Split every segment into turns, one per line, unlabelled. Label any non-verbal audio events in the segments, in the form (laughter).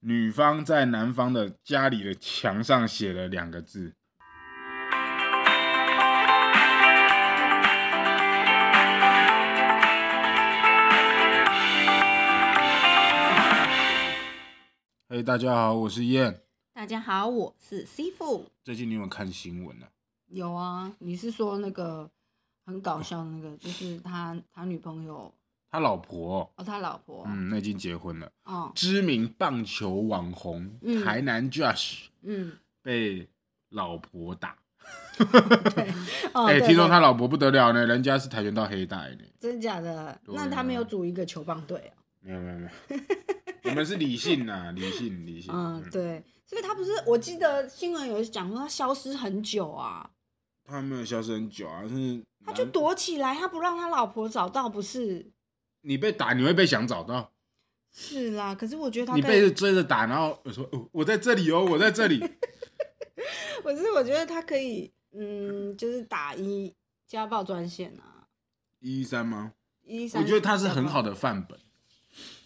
女方在男方的家里的墙上写了两个字。嘿、大家好，我是燕。
大家好，我是 C 傅。
最近你有没有看新闻呢、
有啊，你是说那个很搞笑的那个，就是他他女朋友
他老婆，
哦，他老婆，
嗯，那已经结婚了。
哦，
知名棒球网红、
嗯
台南 Josh
(laughs) 嗯，
被老婆打。
哦，
哎、
对
听说
对
他老婆不得了呢，人家是跆拳道黑带呢。
真假的，
对
那他没有
啊
组一个球棒队
没有没有没有， (laughs) 我们是理性呐、理性理性。
哦，嗯，，对，所以他不是，我记得新闻有讲说他消失很久啊，
他没有消失很久啊，是
他就
男
躲起来，他不让他老婆找到，不是？
你被打，你会被想找到，
是啦，可是我觉得他
你
跟
被追着打，然后我说、哦我在这里哦，我在这里。 (laughs)
(laughs) 可是我觉得他可以，嗯，就是打一家暴专线啊，
一一三吗？
一三。
我觉得他是很好
的。
的范本，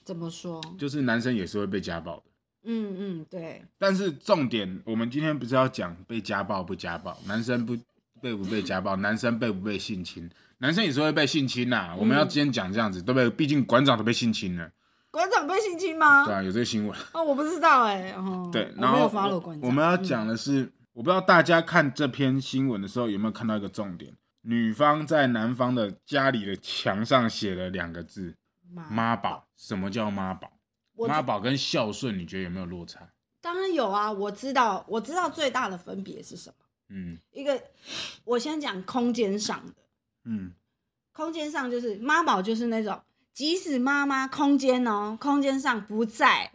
怎么说？
就是男生也是会被家暴的。
嗯嗯，对，
但是重点，我们今天不是要讲被家暴不家暴，男生不被不被家暴，男生被不被性侵，男生也是会被性侵呐、我
嗯
们要今天讲这样子，对不对？毕竟馆长都被性侵了，
馆长被性侵吗？
对啊，有这个新闻。
哦，我不知道哎、哦，
对，
我
然
没
后
有 follow 馆
我
长。
我们要讲的是，我不知道大家看这篇新闻的时候有没有看到一个重点，女方在男方的家里的墙上写了两个字“
嗯妈，
妈宝”。什么叫妈宝？
啊我
妈
知
宝跟孝顺，你觉得有没有落差？
当然有啊，我知道，我知道最大的分别是什么。
嗯
一个，我先讲空间上的，
嗯，
空间上就是妈宝，就是那种即使妈妈空间哦，空间上不在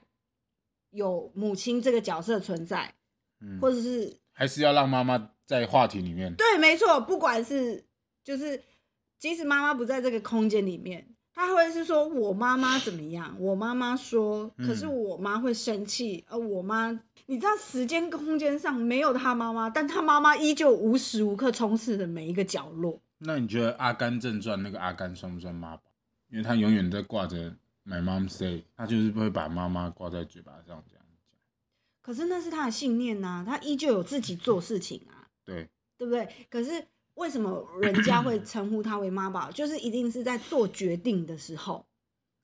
有母亲这个角色存在，
嗯
或者是
还是要让妈妈在话题里面。
对，没错，不管是就是，即使妈妈不在这个空间里面，她会是说我妈妈怎么样，我妈妈说，可是
嗯
我妈会生气，呃，我妈，你知道时间空间上没有她妈妈，但她妈妈依旧无时无刻充斥着每一个角落。
那你觉得《阿甘正传》那个阿甘算不算妈宝？因为他永远在挂着 “My mom say”，他就是会把妈妈挂在嘴巴上这样讲。
可是那是她的信念呐、她依旧有自己做事情啊，
对，
对不对？可是为什么人家会称呼她为妈宝？就是一定是在做决定的时候，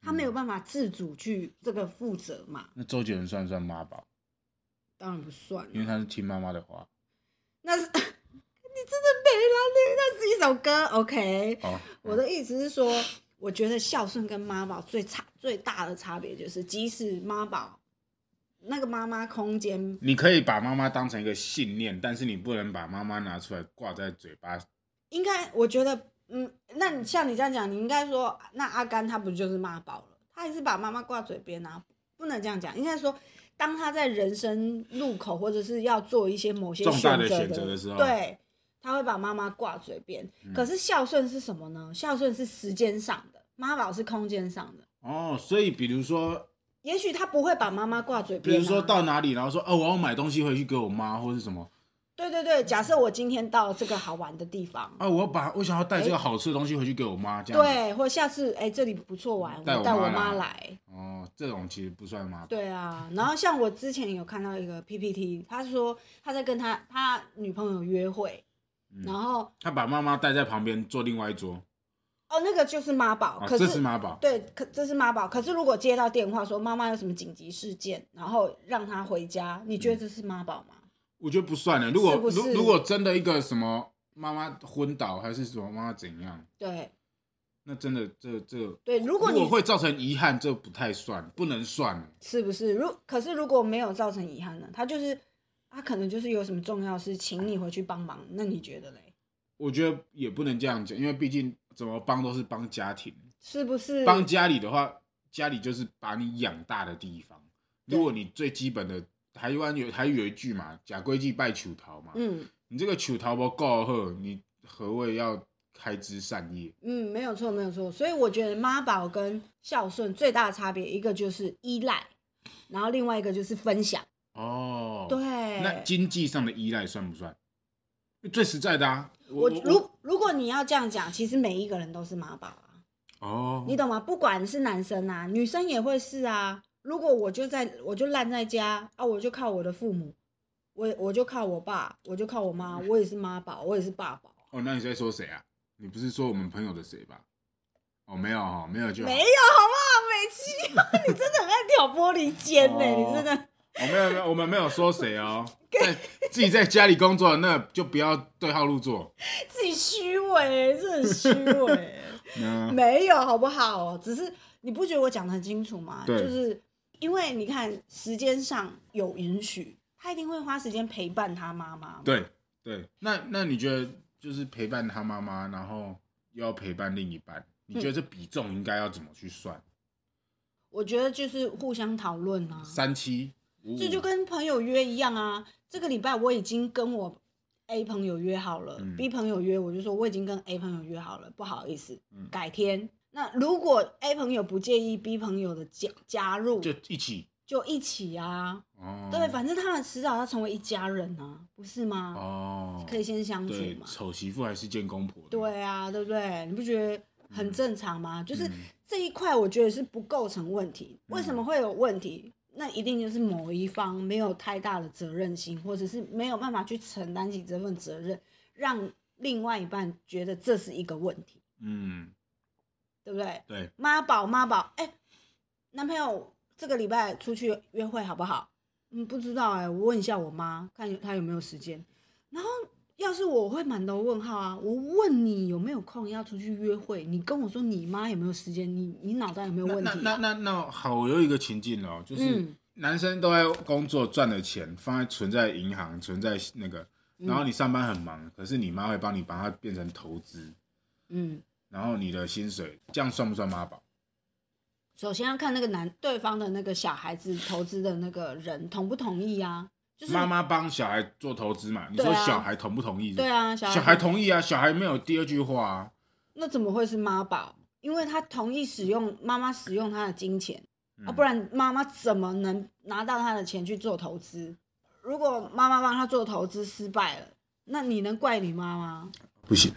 她没有办法自主去这个负责嘛。
那周杰伦算不算妈宝？
当然不算
因为
了，
他是听妈妈的话。
那是 (laughs) 你真的没啦，那那是一首歌。OK，
哦，
(laughs) 我的意思是说，我觉得孝顺跟妈宝最差最大的差别就是，即使妈宝那个妈妈空间，
你可以把妈妈当成一个信念，但是你不能把妈妈拿出来挂在嘴巴。
应该我觉得，嗯，那你像你这样讲，你应该说，那阿甘他不就是妈宝了？他还是把妈妈挂嘴边啊，不能这样讲，应该说。当他在人生路口，或者是要做一些某些
重大的
选
选择的时候嗯
对，他会把妈妈挂嘴边。可是孝顺是什么呢？孝顺是时间上的，妈宝是空间上的。
哦，所以比如说，
也许他不会把妈妈挂嘴
比
边、啊，
如说到哪里，然后说哦，我要买东西回去给我妈，或是什么
对对对，假设我今天到这个好玩的地方，
啊，我要把我想要带这个好吃的东西回去给我妈，这样子。
对，或下次哎、这里不错玩，我
带我
带我
妈
妈
来
来。
哦，这种其实不算妈宝。
对啊，然后像我之前有看到一个 PPT，他说他在跟他他女朋友约会，
嗯
然后
他把妈妈带在旁边坐另外一桌，
哦那个就是妈宝，
啊，
可
这是妈宝。
对，可这是妈宝。可是如果接到电话说妈妈有什么紧急事件，然后让她回家，你
嗯
觉得这是妈宝吗？
我觉得不算欸了。如果
是不
如
是
如果真的一个什么妈妈昏倒还是什么妈妈怎样，
对
那真的这这如
对，如果你
会造成遗憾，这不太算，不能算。
是不是如可是如果没有造成遗憾呢？他就是他可能就是有什么重要事，请你回去帮忙，那你觉得嘞？
我觉得也不能这样讲，因为毕竟怎么帮都是帮家庭，
是不是？
帮家里的话，家里就是把你养大的地方。如果你最基本的台湾有还有一句嘛，假规矩拜求桃嘛，
嗯
你这个求桃不够后，你何谓要开枝散叶？
嗯，没有错没有错。所以我觉得妈宝跟孝顺最大的差别，一个就是依赖，然后另外一个就是分享。
哦，
对，
那经济上的依赖算不算？最实在的啊，
我如如果你要这样讲，其实每一个人都是妈宝啊。
哦，
你懂吗？不管是男生啊，女生也会是啊。如果我就在我就烂在家啊，我就靠我的父母，我我就靠我爸，我就靠我妈，我也是妈宝，我也是爸宝。
哦，那你在说谁啊？你不是说我们朋友的谁吧？哦，没有哈、哦，没有就好
没有，好不好？美琪， (laughs) 你真的很爱挑拨离间呢，
哦
你真的。
哦，没有没有，我们没有说谁
(laughs)
哦。在自己在家里工作的那就不要对号入座。
自己虚
(laughs)
伪，这很虚伪，
那
没有好不好？只是你不觉得我讲的很清楚吗？
对
就是因为你看时间上有允许，他一定会花时间陪伴他妈妈。，
对对，那那你觉得就是陪伴他妈妈，然后又要陪伴另一半，你觉得这比重应该要怎么去算？
我觉得就是互相讨论啊，
三七五五，
这就跟朋友约一样啊。这个礼拜我已经跟我 A 朋友约好了、
嗯
b 朋友约，我就说我已经跟 A 朋友约好了，不好意思，
嗯
改天。那如果 A 朋友不介意 B 朋友的加加入，
就一起
就一起啊。
哦。
对，反正他们迟早要成为一家人啊，不是吗？
哦，
可以先相处
对，
嘛。
丑媳妇还是见公婆的。
对啊，对不对？你不觉得很正常吗？就是
嗯
这一块，我觉得是不构成问题。为什
嗯
么会有问题？那一定就是某一方没有太大的责任心，或者是没有办法去承担起这份责任，让另外一半觉得这是一个问题，
嗯，
对不对？
对，
妈宝妈宝，哎、男朋友这个礼拜出去约会好不好？嗯，不知道哎、我问一下我妈，看有她有没有时间。然后要是我我会满头问号啊，我问你有没有空要出去约会，你跟我说你妈有没有时间，你你脑袋有没有
那
问
那
题、
那
啊？
那那好，我有一个情境哦，就是
嗯
男生都在工作赚的钱放在存在银行，存在那个，
嗯
然后你上班很忙，可是你妈会帮你把它变成投资，
嗯，
然后你的薪水这样算不算妈宝？
首先要看那个男对方的那个小孩子投资的那个人同不同意啊，就是
妈妈帮小孩做投资嘛？你说
对啊
小孩同不同意？
对啊，小孩
小孩同意啊，小孩没有第二句话啊。
那怎么会是妈宝？因为他同意使用妈妈使用他的金钱、啊，不然妈妈怎么能拿到他的钱去做投资？如果妈妈帮他做投资失败了，那你能怪你妈吗？
不行，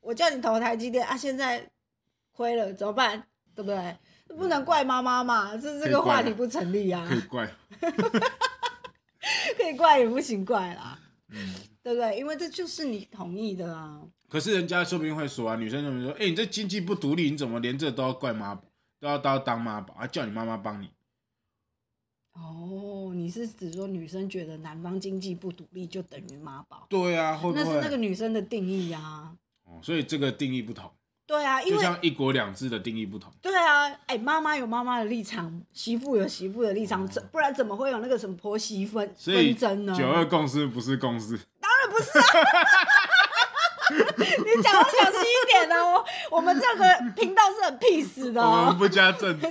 我叫你投台积电啊，现在亏了怎么办？对不对？不能怪妈妈嘛，这这
可以
个
怪
话
啊
题不成立啊
可，以怪。
可以怪嗯也不行怪 (laughs) 啦，对不对？因为这就是你同意的啊。
可是人家说不定会说啊，女生说不定说，哎、你这经济不独立，你怎么连这都要怪妈宝，都要都要当妈宝，还、叫你妈妈帮你？
哦，你是指说女生觉得男方经济不独立就等于妈宝？
对啊，会不
那
会？
是那个女生的定义啊。
哦，所以这个定义不同，
对啊，因
就
为
像一国两制的定义不同。
对啊，哎、妈妈有妈妈的立场，媳妇有媳妇的立场，怎不然怎么会有那个什么婆媳纷
嗯所以
纷争呢？
九二共识不是共识，
啊 (laughs) 你讲话小心一点哦，我们这个频道是很 peace 的
我们
哦，
不加政治。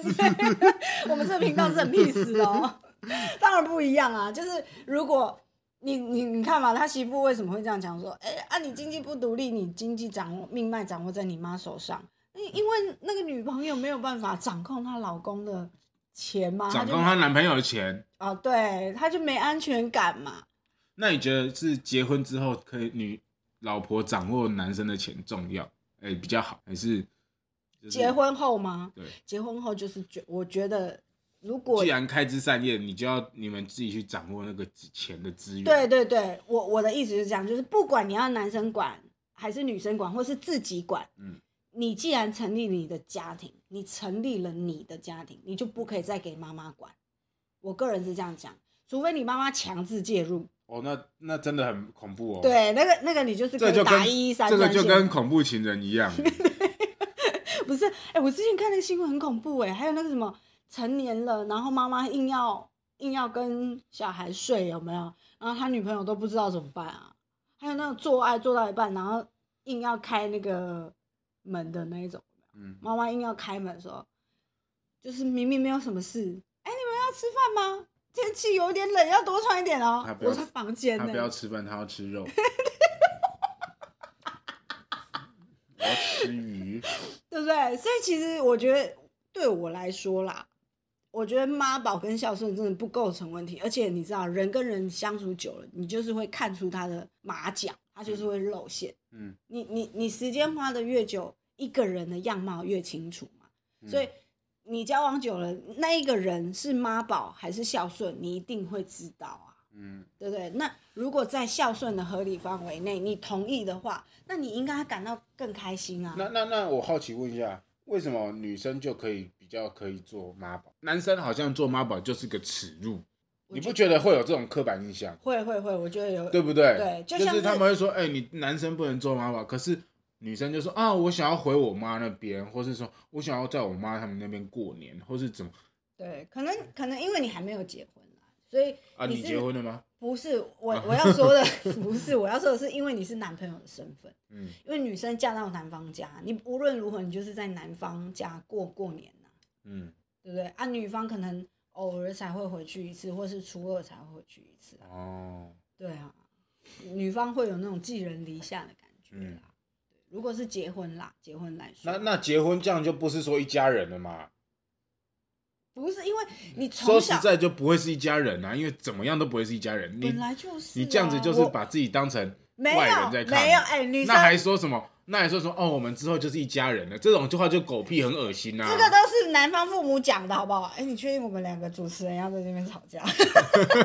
(laughs) 我们这个频道是很 peace 的哦。当然不一样啊，就是如果你你你看嘛，他媳妇为什么会这样讲说？哎、啊，你经济不独立，你经济掌握命脉掌握在你妈手上，因因为那个女朋友没有办法掌控她老公的钱嘛，她
掌
就
控她男朋友的钱，
哦，对，他就没安全感嘛。
那你觉得是结婚之后可以女老婆掌握男生的钱重要，哎、比较好，还是、就是、
结？婚后吗？
对，
结婚后就是觉，我觉得如果
既然开枝散叶，你就要你们自己去掌握那个钱的资源。
对对对，我我的意思是这样，就是不管你要男生管还是女生管，或是自己管，
嗯，
你既然成立你的家庭，你成立了你的家庭，你就不可以再给妈妈管。我个人是这样讲，除非你妈妈强制介入，
哦，那那真的很恐怖哦。，
对，那个那个你就是可
这
以
就
打
跟
一一三
这
专
个
线。
就跟恐怖情人一样，
(laughs) 不是，哎、我之前看那个新闻很恐怖哎、还有那个什么成年了，然后妈妈硬要硬要跟小孩睡有没有？然后他女朋友都不知道怎么办啊。还有那种做爱做到一半，然后硬要开那个门的那一种，
嗯，
妈妈硬要开门说，就是明明没有什么事，哎、你们要吃饭吗？天气有点冷，要多穿一点哦
她。不要
我在房间
他
呢、
不要吃饭，他要吃肉， (laughs) 我要吃鱼，
对不对？所以其实我觉得对我来说啦，我觉得妈宝跟孝顺真的不构成问题，而且你知道，人跟人相处久了，你就是会看出他的马脚，他就是会露馅。
嗯，
你你你时间花的越久，一个人的样貌越清楚嘛。
嗯
所以你交往久了，那一个人是妈宝还是孝顺，你一定会知道啊。
嗯，
对不对？那如果在孝顺的合理范围内，你同意的话，那你应该感到更开心啊。
那那那我好奇问一下，为什么女生就可以比较可以做妈宝，男生好像做妈宝就是个耻辱？你不觉得会有这种刻板印象，
会会会，我觉得有
对不对？
对就
就
像
是
是
他们会说，哎、你男生不能做妈宝，可是女生就说啊，我想要回我妈那边，或是说我想要在我妈他们那边过年，或是怎么
对，可能可能因为你还没有结婚啦，所以
啊？
你
你
是
结婚了吗？
不是我
啊
我要说的 (laughs) 不是我要说的是，因为你是男朋友的身份，
嗯，
因为女生嫁到男方家，你无论如何你就是在男方家过过年呐、
嗯，
对不对？啊，女方可能偶尔才会回去一次，或是初二才会回去一次啊。
哦，
对啊，女方会有那种寄人篱下的感觉啦。
嗯
对如果是结婚啦，结婚来说，
那那结婚这样就不是说一家人了嘛？
不是因为你
说
从
实
小
在就不会是一家人啊，因为怎么样都不会是一家人。你
本来就是啊、
你这样子就是
我
把自己当成
没
外人
有
在看，
没有哎、女
那
生
还说什么？那还说什么？哦，我们之后就是一家人了，这种话就狗屁，很恶心啊！
这个都是男方父母讲的好不好？哎、你确定我们两个主持人要在这边吵架？ (laughs)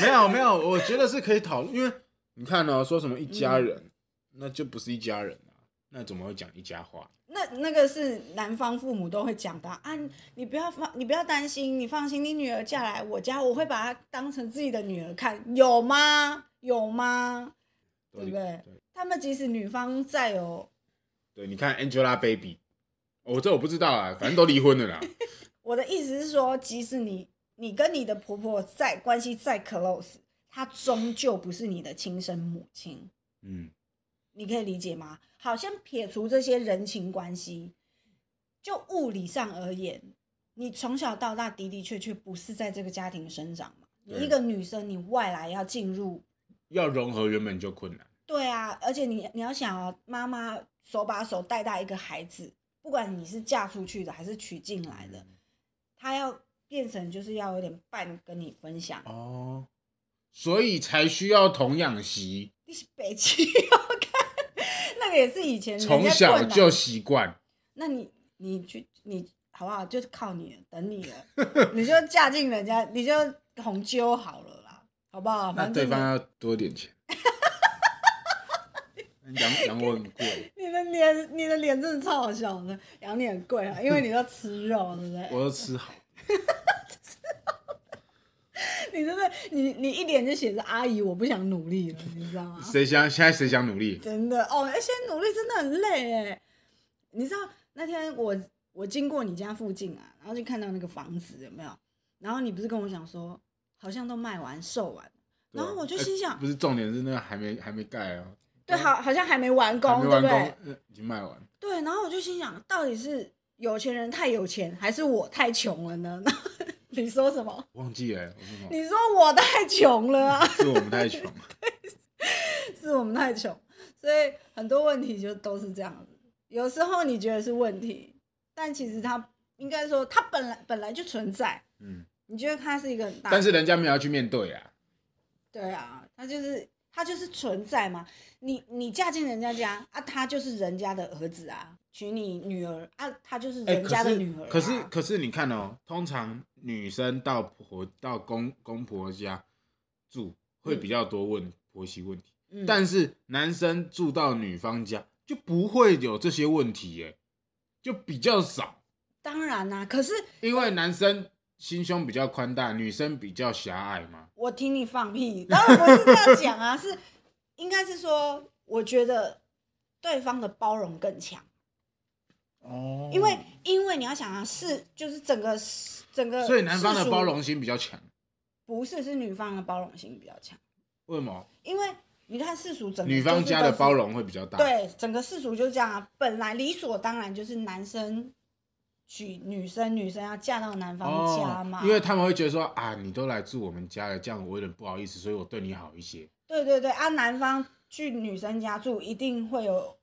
没有没有，我觉得是可以讨论，因为你看哦，说什么一家
嗯
人，那就不是一家人啊，那怎么会讲一家话？
那那个是男方父母都会讲的啊啊，你不要放，你不要担心，你放心，你女儿嫁来我家，我会把她当成自己的女儿看，有吗？有吗？对不对？他们即使女方再有，
对，你看 Angelababy，我、哦、这我不知道啊，反正都离婚了啦。
我的意思是说，即使你你跟你的婆婆再关系再 close，她终究不是你的亲生母亲。
嗯，
你可以理解吗？好像撇除这些人情关系，就物理上而言，你从小到大的的确确不是在这个家庭生长嘛。你
对
一个女生，你外来要进入，
要融合原本就困难。
对啊，而且你你要想哦，妈妈手把手带大一个孩子，不管你是嫁出去的还是娶进来的，
嗯
她要变成就是要有点半跟你分享。
哦，所以才需要童养媳，
你是北 (laughs) 齐要看，那个也是以前人家
从小
困难
就习惯。
那你你去你好不好？就是靠你了，等你了，你就嫁进人家，你就红揪好了啦，好不好？
那
反
对
正
方要多点
(laughs)
钱。养养我很贵，
你的脸，你的脸真的超好笑的，养你很贵啊，因为你要吃肉，对不对？ (laughs)
我要吃好。
你真的，你你一脸就写着阿姨，我不想努力了，你知道吗？
谁想现在谁想努力？啊
真的哦，而且努力真的很累哎。你知道那天我我经过你家附近啊，然后就看到那个房子有没有？然后你不是跟我讲说，好像都卖完售完了，
对
然后我就
哎
心想，
不是重点是那个还没还没盖哦，
对，好好像还没完工，
还没
对
完
不
工
对？，
呃已经卖完。
对，然后我就心想，到底是有钱人太有钱，还是我太穷了呢？ (laughs) 你说什么？
忘记了，我说什么？
你说我太穷了啊？ (laughs)
是我们太穷。
是我们太穷，所以很多问题就都是这样子。有时候你觉得是问题，但其实它应该说它本来本来就存在，
嗯，
你觉得它是一个很大的
但是人家没有要去面对啊。
对啊，他就是他就是存在嘛。你你嫁进人家家啊，他就是人家的儿子啊，娶你女儿啊，他就是
哎
人家的女儿、啊
可是可是可是你看哦，通常女生到婆到公公婆家住会比较多问婆媳问题，
嗯
但是男生住到女方家就不会有这些问题耶，就比较少。
当然啦、可是
因为男生心胸比较宽大，女生比较狭隘嘛。
我听你放屁，当然不是这样讲啊，是应该是说，我觉得对方的包容更强，
哦
因为因为你要想啊，是就是整个整个，
所以男方的包容性比较强。
不是是女方的包容性比较强，
为什么？
因为你看世俗整个
女方家
呃就
的
是都是
包容会比较大。，
对，整个世俗就是这样啊。本来理所当然就是男生娶女生，女生要嫁到男方家
哦
嘛。，
因为他们会觉得说啊，你都来住我们家了，这样我有点不好意思，所以我对你好一些。
对对对啊，男方去女生家住一定会有，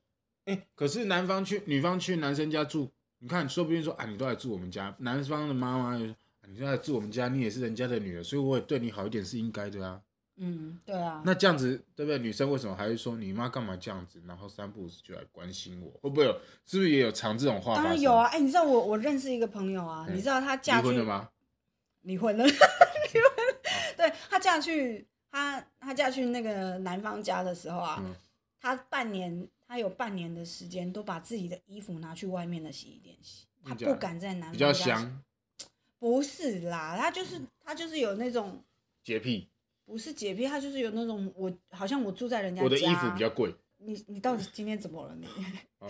哎、可是男方去女方去男生家住，你看，说不定说啊，你都来住我们家，男方的妈妈就说、啊你都来住我们家，你也是人家的女儿，所以我也对你好一点是应该的啊。
嗯，对啊，
那这样子，对不对？女生为什么还会说你妈干嘛这样子？然后三不五时就来关心我，哦会不会有？是不是也有常这种话？
当然有啊。，哎、你知道我我认识一个朋友啊，
嗯
你知道她
离
嫁去
婚了吗？
(laughs)
哦
离
(laughs)
婚了，离婚了。 (laughs) 对她嫁去她她嫁去那个男方家的时候啊
嗯，
她、半年她有半年的时间都把自己的衣服拿去外面的洗衣店洗，她
真假
不敢在男
比
方
较
家洗。
香，
不是啦，她就是
嗯
她就是有那种
洁癖。
不是洁癖，她就是有那种我好像我住在人家家，
我的衣服比较贵。
你你到底今天怎么了你？ (laughs)
哦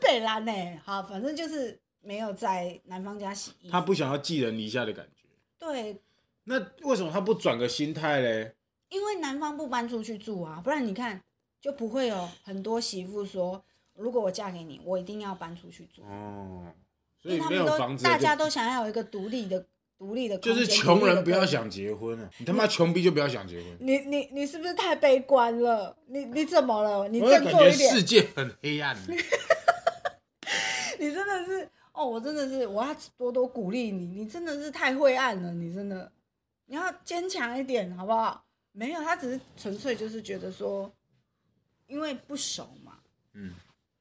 北兰呢、好，反正就是没有在男方家洗衣服。
他不想要寄人篱下的感觉。
对，
那为什么他不转个心态嘞？
因为男方不搬出去住啊，不然你看就不会有很多媳妇说，如果我嫁给你，我一定要搬出去住，
哦，所
因为
以
他
没
们
有
都
房子的就，
大家都想要有一个独立的独立的空
就
间，
是穷人不要
独立的
想结婚啊！你他妈穷逼就不要想结婚。
空间。你你你是不是太悲观了？你你怎么了？你
我就
振
感
作
觉
一点
世，界很黑暗。
(laughs) 你真的是哦，我真的是我要多多鼓励你，你真的是太晦暗了，你真的你要坚强一点，好不好？没有，他只是纯粹就是觉得说，因为不熟嘛，
嗯，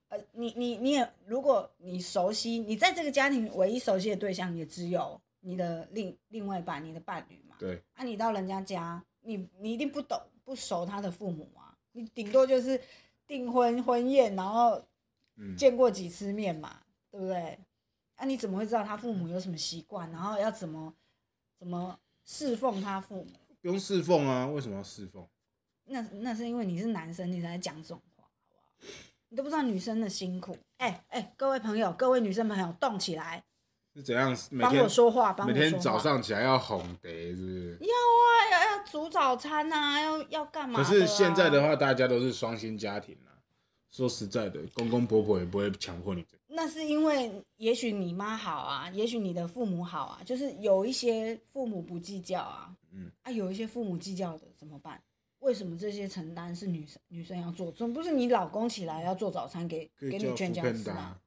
呃，你你你也，如果你熟悉，你在这个家庭唯一熟悉的对象也只有你的另另外一半，你的伴侣嘛。
对，
啊，你到人家家，你你一定不懂不熟他的父母啊，你顶多就是订婚婚宴，然后
嗯
见过几次面嘛，对不对？啊，你怎么会知道他父母有什么习惯，然后要怎么怎么侍奉他父母？
不用侍奉啊，为什么要侍奉？
那那是因为你是男生，你才讲这种话，好不好？你都不知道女生的辛苦。哎、哎、各位朋友，各位女生朋友，动起来，
是怎样？每
帮我
天
说话，帮我
每
说话。
天早上起来要哄得，是不是？
哎呀，要煮早餐啊，要要干嘛、
可是现在的，话，大家都是双薪家庭啊。说实在的，公公婆婆也不会强迫你这样。
那是因为也许你妈好啊，也许你的父母好啊，就是有一些父母不计较啊，
嗯，
啊，有一些父母计较的怎么办？为什么这些承担是女生女生要做？总不是你老公起来要做早餐给
可以
给
叫
你全家
Foodpanda
吃啊？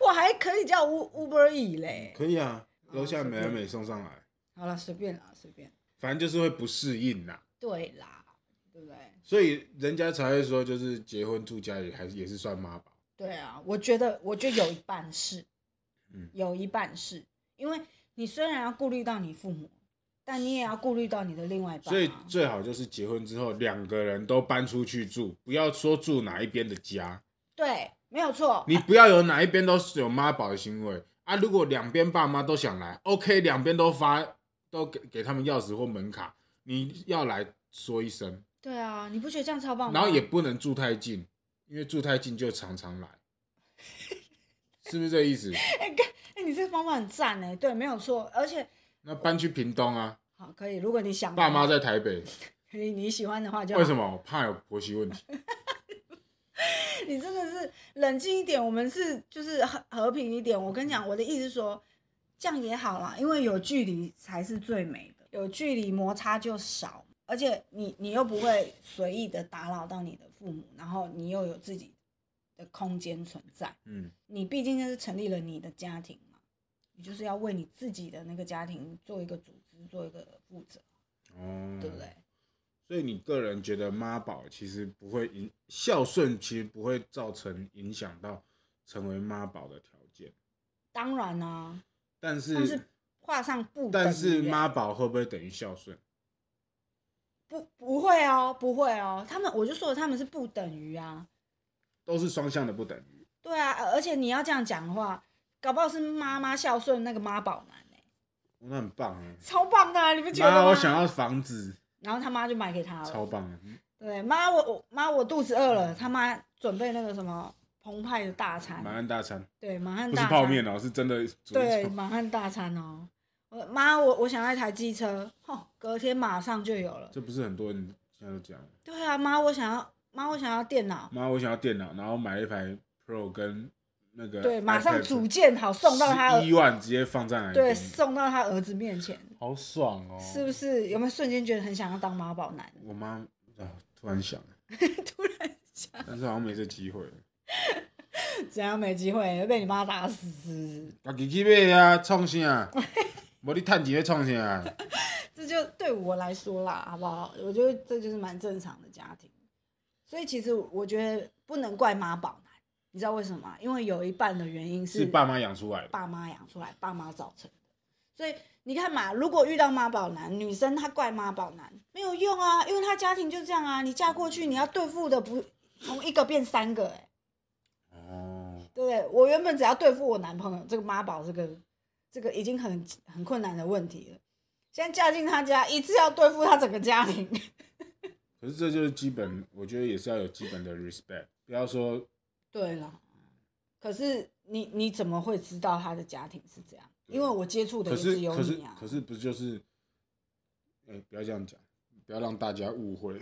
我还可以叫 U Uber E 嘞。
可以啊，楼
哦
下
随
美
便
而美送上来，
好了，随便啦，随便。
反正就是会不适应啊啦。
对啦，对不对？
所以人家才会说，就是结婚住家里还是也是算妈宝。
对啊，我觉得，我觉得有一半是，
嗯
有一半是，因为你虽然要顾虑到你父母，但你也要顾虑到你的另外一半、啊。
所以最好就是结婚之后两个人都搬出去住，不要说住哪一边的家，
对，没有错。
你不要有哪一边都是有妈宝的行为啊。如果两边爸妈都想来，OK，两边都发都给给他们钥匙或门卡，你要来说一声，
对啊，你不觉得这样超棒吗？
然后也不能住太近，因为住太近就常常来，是不是这意思？
哎、你这个方法很赞哎，对，没有错。而且
那搬去屏东啊，
好，可以，如果你想的
爸妈
话，
在台北，
可以 (laughs) 你喜欢的话就好
为什么？怕有婆媳问题。
你真的是冷静一点，我们是就是和和平一点。我跟你讲，我的意思是说，这样也好啦，因为有距离才是最美的，有距离摩擦就少，而且你你又不会随意的打扰到你的父母，然后你又有自己的空间存在。
嗯，
你毕竟就是成立了你的家庭嘛，你就是要为你自己的那个家庭做一个组织，做一个负责，
哦，
对不对？
所以你个人觉得妈宝其实不会影孝顺，其实不会造成影响到成为妈宝的条件，
当然啦、
但是
但是画上不等于
但是
欸
妈宝会不会等于孝顺？
不不会哦，不会哦，他们我就说了他们是不等于啊，
都是双向的不等于。
对啊，呃而且你要这样讲的话，搞不好是妈妈孝顺那个妈宝男哎、
哦那很棒啊！
超棒的、啊，你不觉得
妈，
吗？
我想要房子，
然后他妈就买给他
超
了，
棒啊！
对，妈我我妈我肚子饿了，他妈准备那个什么澎湃的大餐
满，汉大餐
对，马汉
不
大
是
餐，
泡面哦，是真的煮一
对，
种。
马汉大餐哦，我妈我我想要一台机车，吼，隔天马上就有了，
这不是很多人现在都讲。
对啊，妈我想要妈我想要电脑，
妈，我想要电脑，然后买一台 Pro 跟那个
对，马上
iPad
组件好送到他
11万，直接放在哪里？
对，送到他儿子面前，
好爽哦！
是不是有没有瞬间觉得很想要当妈宝男？ (laughs)
我妈啊，突然想，
突然想，
但是好像没这机会。
怎样没机会被你妈打死是不是？
啊家己去买啊，创啥？无你趁钱要创啥？
这是就对我来说啦，好不好？我觉得这就是蛮正常的家庭，所以其实我觉得不能怪妈宝男，你知道为什么吗？因为有一半的原因
是爸妈养出来的，
爸妈养出来，爸妈造成的。所以你看嘛，如果遇到妈宝男，女生她怪妈宝男没有用啊，因为她家庭就这样啊。你嫁过去，你要对付的不从一个变三个、欸，哎，
哦，
对不对？我原本只要对付我男朋友这个妈宝这个这个已经很很困难的问题了，现在嫁进他家，一次要对付他整个家庭，
可是这就是基本，我觉得也是要有基本的 respect，不要说
对了。可是你你怎么会知道他的家庭是这样？因为我接触的
可
也
是
只有
可是
你啊。
可是不就是，哎、不要这样讲，不要让大家误会。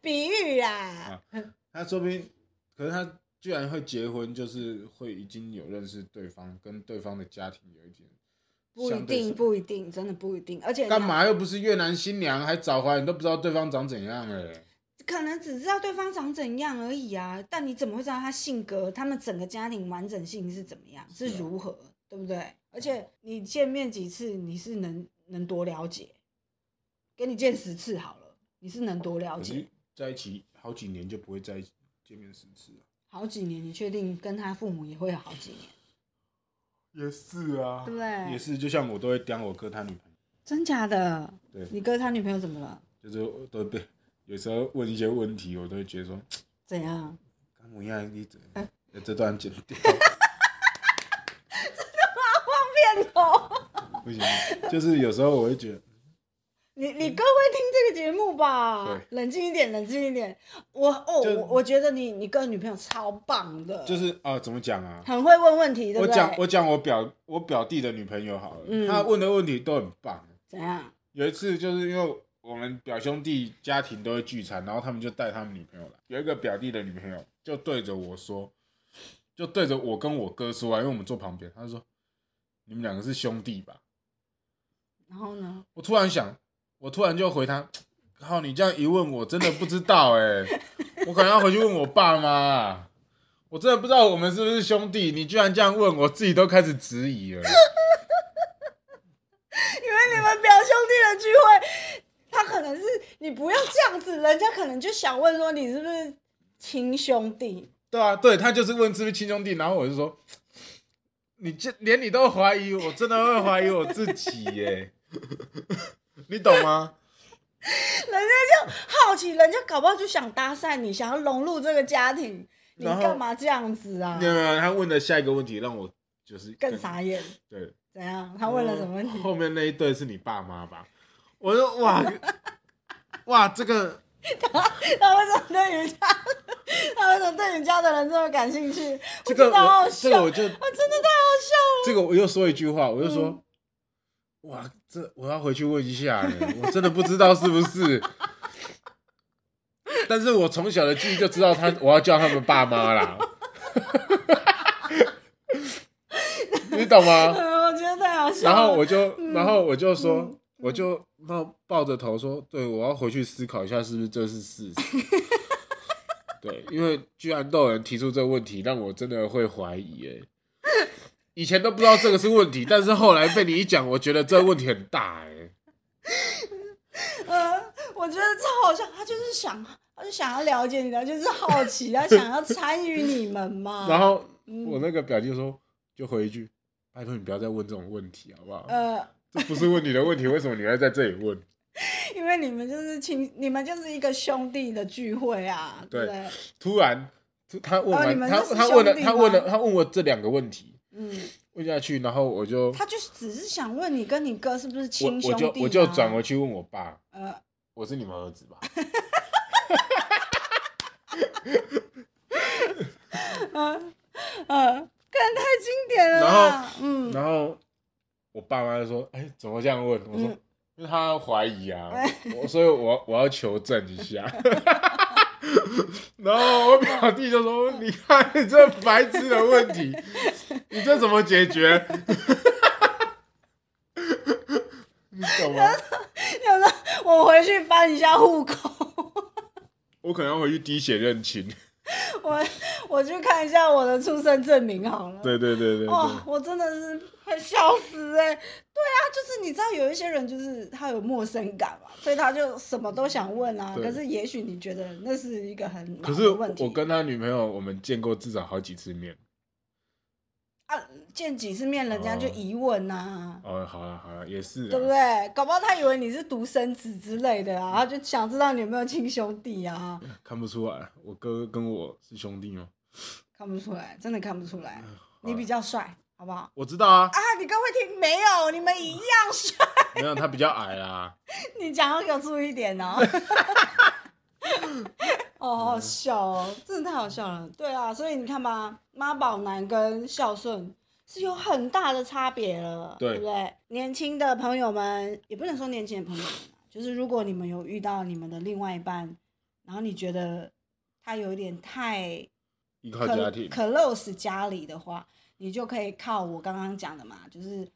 比喻啦，
啊他说不定，可是他居然会结婚，就是会已经有认识对方，跟对方的家庭有一点
不一
相对
定，
是
不一定，真的不一定。而且
干？嘛又不是越南新娘，还早怀，你都不知道对方长怎样哎、
可能只知道对方长怎样而已啊，但你怎么会知道他性格、他们整个家庭完整性是怎么样，
是啊嗯
是如何，对不对？而且你见面几次，你是能能多了解？给你见十次好了，你是能多了
可
解
是？在一起好几年就不会在一起见面十次了。
好几年，你确定跟他父母也会有好几年，
也是啊
对不对？
也是，就像我都会刁我哥他女朋友，
真假的？
对
你哥他女朋友怎么了？
就是我都会被有时候问一些问题，我都会觉得说，
怎
(laughs)
样？
干我要你怎
嗯
样？这段剪掉
变头？
不行，就是有时候我会觉得，
你你哥会听这个节目吧
嗯对？
冷静一点，冷静一点。我哦，
就
我我觉得你你哥女朋友超棒的，
就是啊、怎么讲啊？
很会问问题，对
我
不对？
讲我讲我表我表弟的女朋友好了，
嗯
她问的问题都很棒。啊
怎样？
有一次就是因为我们表兄弟家庭都会聚餐，然后他们就带他们女朋友来，有一个表弟的女朋友就对着我说，就对着我跟我哥说啊，因为我们坐旁边，他就说你们两个是兄弟吧？
然后呢？
我突然想，我突然就回他，靠，你这样一问，我真的不知道哎、我可能要回去问我爸妈，啊我真的不知道我们是不是兄弟，你居然这样问，我自己都开始质疑了。
因为你们表兄弟的聚会，他可能是你不要这样子，人家可能就想问说你是不是亲兄弟？
对啊，对他就是问是不是亲兄弟，然后我就说，你这连你都怀疑，我真的会怀疑我自己耶， (laughs) 你懂吗？
人家就好奇，人家搞不好就想搭讪你，想要融入这个家庭，你
然后
干嘛这样子啊
没？有没有，他问的下一个问题让我就是
更傻眼。
对，
怎样？他问了什么问题？
后面那一对是你爸妈吧？我说哇 (laughs) 哇，这个
他为什么对瑜伽？他为什么对瑜伽的人这么感兴趣？
这个
我真的好
我
好
这
笑，
个我就
我真的太好笑了。
这个我又说一句话，我就说，哇，这我要回去问一下耶，我真的不知道是不是。但是我从小的记忆就知道他，我要叫他们爸妈啦。 (laughs) 你懂吗？
嗯，我觉得太好笑了。
然后我就，
嗯
然后我就说，我就抱抱着头说，对我要回去思考一下，是不是这是事实？
(laughs)
对，因为居然都有人提出这个问题，让我真的会怀疑哎。以前都不知道这个是问题，但是后来被你一讲，我觉得这个问题很大哎。
嗯，我觉得超好笑。他就是想，他就想要了解你的，就是好奇，他想要参与你们嘛。
(laughs) 然，后
嗯
我那个表弟说，就回一句，拜托你不要再问这种问题好不好？
呃，
这不是问你的问题，为什么你还在这里问？
因为你们就是亲，你们就是一个兄弟的聚会啊，
对
对不对？
突然，他问
哦
完，
你们
他
是
他问了，
兄弟
他问
吗
了，他问我这两个问题，
嗯，
问下去，然后我就
他就是只是想问你跟你哥是不是
我
亲
我
兄弟、啊
就我就转回去问我爸，
呃，
我是你们儿子吧？
呃，看太经典了
然
啦
后。
嗯，
然后我爸妈就说：“哎、怎么这样问？”我说：“
嗯
因为他怀疑
(laughs)
啊，我所以我我要求证一下。” (laughs) 然后我表弟就说：“你看你这白痴的问
(laughs)
题，你这怎么解决？” (laughs) 你懂吗？
有时候 (laughs) 我回去翻一下户口， (laughs)
我可能要回去滴血认亲。
我我我去看一下我的出生证明好了。
对对对对
哦
对，，
我真的是很笑死哎、欸！对啊，就是你知道有一些人就是他有陌生感嘛，所以他就什么都想问啊。
对
可是也许你觉得那是一个很
可
忙
是
的问题，
我跟他女朋友，我们见过至少好几次面。
啊见几次面，人家就
哦
疑问呐、
哦，好了好了，也是啊，嗯
对不对？搞不好他以为你是独生子之类的啊，他就想知道你有没有亲兄弟啊，
看不出来，我哥跟我是兄弟吗？
看不出来，真的看不出来。
嗯好
你比较帅，好不好？
我知道啊，
啊，你各位听没有？你们一样帅，
没有他比较矮啦。
(laughs) 你讲要给我注意一点 (laughs) 哦。哦，好笑哦，真的太好笑了。对啊，所以你看吧，妈宝男跟孝顺是有很大的差别了，
对
不对？年轻的朋友们，也不能说年轻的朋友们啊，就是如果你们有遇到你们的另外一半，然后你觉得他有一点太
依靠
可
家庭，
close 家里的话，你就可以靠我刚刚讲的嘛，就是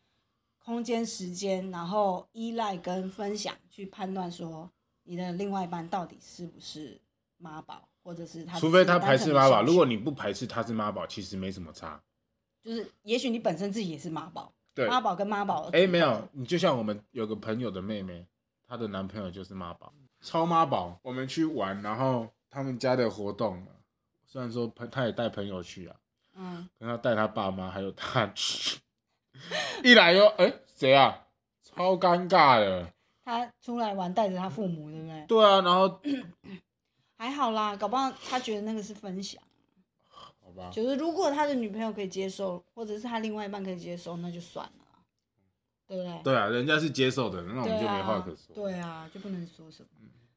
空间、时间，然后依赖跟分享去判断说你的另外一半到底是不是妈宝，或者是他
除非他
他
排斥妈宝，如果你不排斥他是妈宝，其实没什么差。
就是也许你本身自己也是妈宝，
对，
妈宝跟妈宝
哎、没有，你就像我们有个朋友的妹妹，她的男朋友就是妈宝，超妈宝。我们去玩，然后他们家的活动，虽然说朋她也带朋友去啊，
嗯，
跟她带她爸妈还有她去，一来又哎谁、啊，超尴尬的。
他出来玩带着他父母，对不对？
对啊，然后
还好啦，搞不好他觉得那个是分享，
好吧，
就是如果他的女朋友可以接受，或者是他另外一半可以接受，那就算了啦，对不对？
对啊，人家是接受的，那我
对
们就没话可说。嗯
啊。对啊，就不能说什么。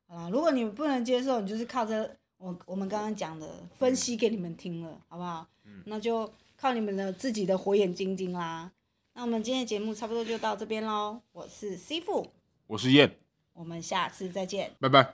好啦，如果你们不能接受，你就是靠着我我们刚刚讲的分析给你们听
嗯
了，好不好？那就靠你们的自己的火眼金睛啦。那我们今天的节目差不多就到这边喽，我是 C 傅，
我是燕，
我们下次再见。
拜拜。